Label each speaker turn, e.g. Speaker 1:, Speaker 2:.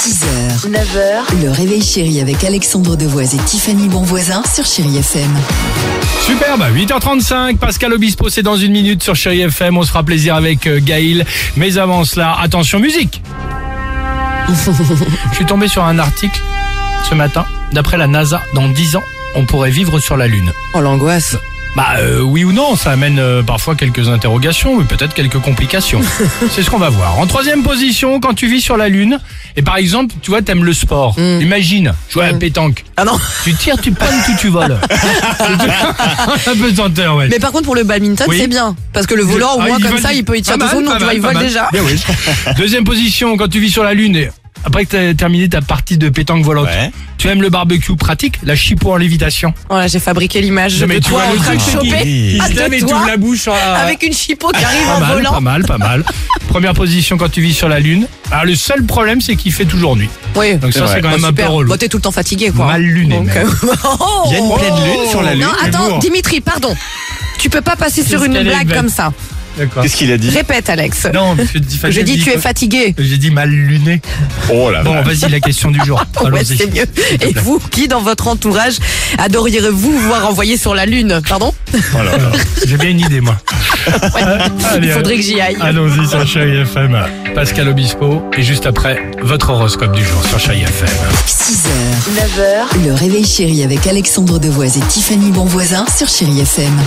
Speaker 1: 6h, 9h, le réveil chéri avec Alexandre Devoise et Tiffany Bonvoisin sur Chéri FM.
Speaker 2: Superbe, 8h35, Pascal Obispo, c'est dans une minute sur Chéri FM, on se fera plaisir avec euh, Gaël. Mais avant cela, attention musique Je suis tombé sur un article ce matin, d'après la NASA, dans 10 ans, on pourrait vivre sur la Lune.
Speaker 3: Oh l'angoisse
Speaker 2: Bah euh, oui ou non, ça amène euh, parfois quelques interrogations, mais peut-être quelques complications. C'est ce qu'on va voir. En troisième position, quand tu vis sur la Lune, et par exemple, tu vois, t'aimes le sport. Imagine, jouer à la pétanque.
Speaker 3: Mm. Ah non
Speaker 2: Tu tires, tu pannes, tout tu voles. un peu tenteur, ouais.
Speaker 3: Mais par contre pour le badminton
Speaker 2: Oui.
Speaker 3: c'est bien Parce que le volant au
Speaker 2: Ah,
Speaker 3: moins
Speaker 2: ils
Speaker 3: comme
Speaker 2: volent
Speaker 3: ça
Speaker 2: du-
Speaker 3: il peut y tirer
Speaker 2: Pas
Speaker 3: tout
Speaker 2: mal,
Speaker 3: son nom,
Speaker 2: pas
Speaker 3: tu vois,
Speaker 2: mal,
Speaker 3: il
Speaker 2: pas
Speaker 3: vole déjà
Speaker 2: mal. Bien oui. Deuxième position, quand tu vis sur la Lune, et après que t'as terminé ta partie de pétanque volante,
Speaker 4: Ouais.
Speaker 2: tu aimes le barbecue pratique, la chipot en lévitation.
Speaker 3: Voilà j'ai fabriqué l'image
Speaker 2: Non, mais
Speaker 3: de
Speaker 2: tu
Speaker 3: toi
Speaker 2: vois
Speaker 3: en
Speaker 2: le
Speaker 3: train de
Speaker 2: truc
Speaker 4: qui-
Speaker 3: choper
Speaker 4: qui
Speaker 3: à
Speaker 4: se
Speaker 3: deux doigts
Speaker 2: bouche
Speaker 3: Avec une chipot qui arrive
Speaker 2: ah,
Speaker 3: en
Speaker 2: Pas mal, pas
Speaker 3: volant
Speaker 2: mal, pas mal. Première position quand tu vis sur la Lune. Alors le seul problème, c'est qu'il fait toujours nuit.
Speaker 3: Oui
Speaker 2: Donc ça,
Speaker 4: vrai.
Speaker 2: c'est quand même un peu
Speaker 3: super.
Speaker 2: relou.
Speaker 3: Bah, t'es tout le temps fatigué quoi
Speaker 2: Mal luné.
Speaker 3: Donc,
Speaker 2: même.
Speaker 3: euh, oh.
Speaker 4: Il y a une pleine lune sur la lune.
Speaker 3: Non attends Dimitri pardon Tu peux pas passer sur
Speaker 2: Qu'est-ce
Speaker 3: une
Speaker 2: qu'elle est
Speaker 3: blague
Speaker 2: belle.
Speaker 3: comme ça
Speaker 2: D'accord.
Speaker 4: Qu'est-ce qu'il a dit
Speaker 3: Répète Alex
Speaker 2: Non, monsieur Tiffany
Speaker 3: Je dis
Speaker 2: dit
Speaker 3: tu es
Speaker 2: quoi
Speaker 3: fatigué
Speaker 2: J'ai dit mal luné.
Speaker 4: Oh là
Speaker 2: Bon, vas-y, la question du jour.
Speaker 3: Ouais,
Speaker 2: Allons-y.
Speaker 3: c'est mieux.
Speaker 2: te
Speaker 3: Et
Speaker 2: plaît.
Speaker 3: vous, qui dans votre entourage adoriez-vous voir envoyer sur la Lune Pardon
Speaker 4: oh là là.
Speaker 2: J'ai bien une idée, moi. Allez,
Speaker 3: Il faudrait que j'y aille.
Speaker 2: Allons-y sur Chéri FM. Pascal Obispo et juste après votre horoscope du jour sur Chéri FM.
Speaker 1: 6h, 9h, le réveil chéri avec Alexandre Devoise et Tiffany Bonvoisin sur Chéri FM.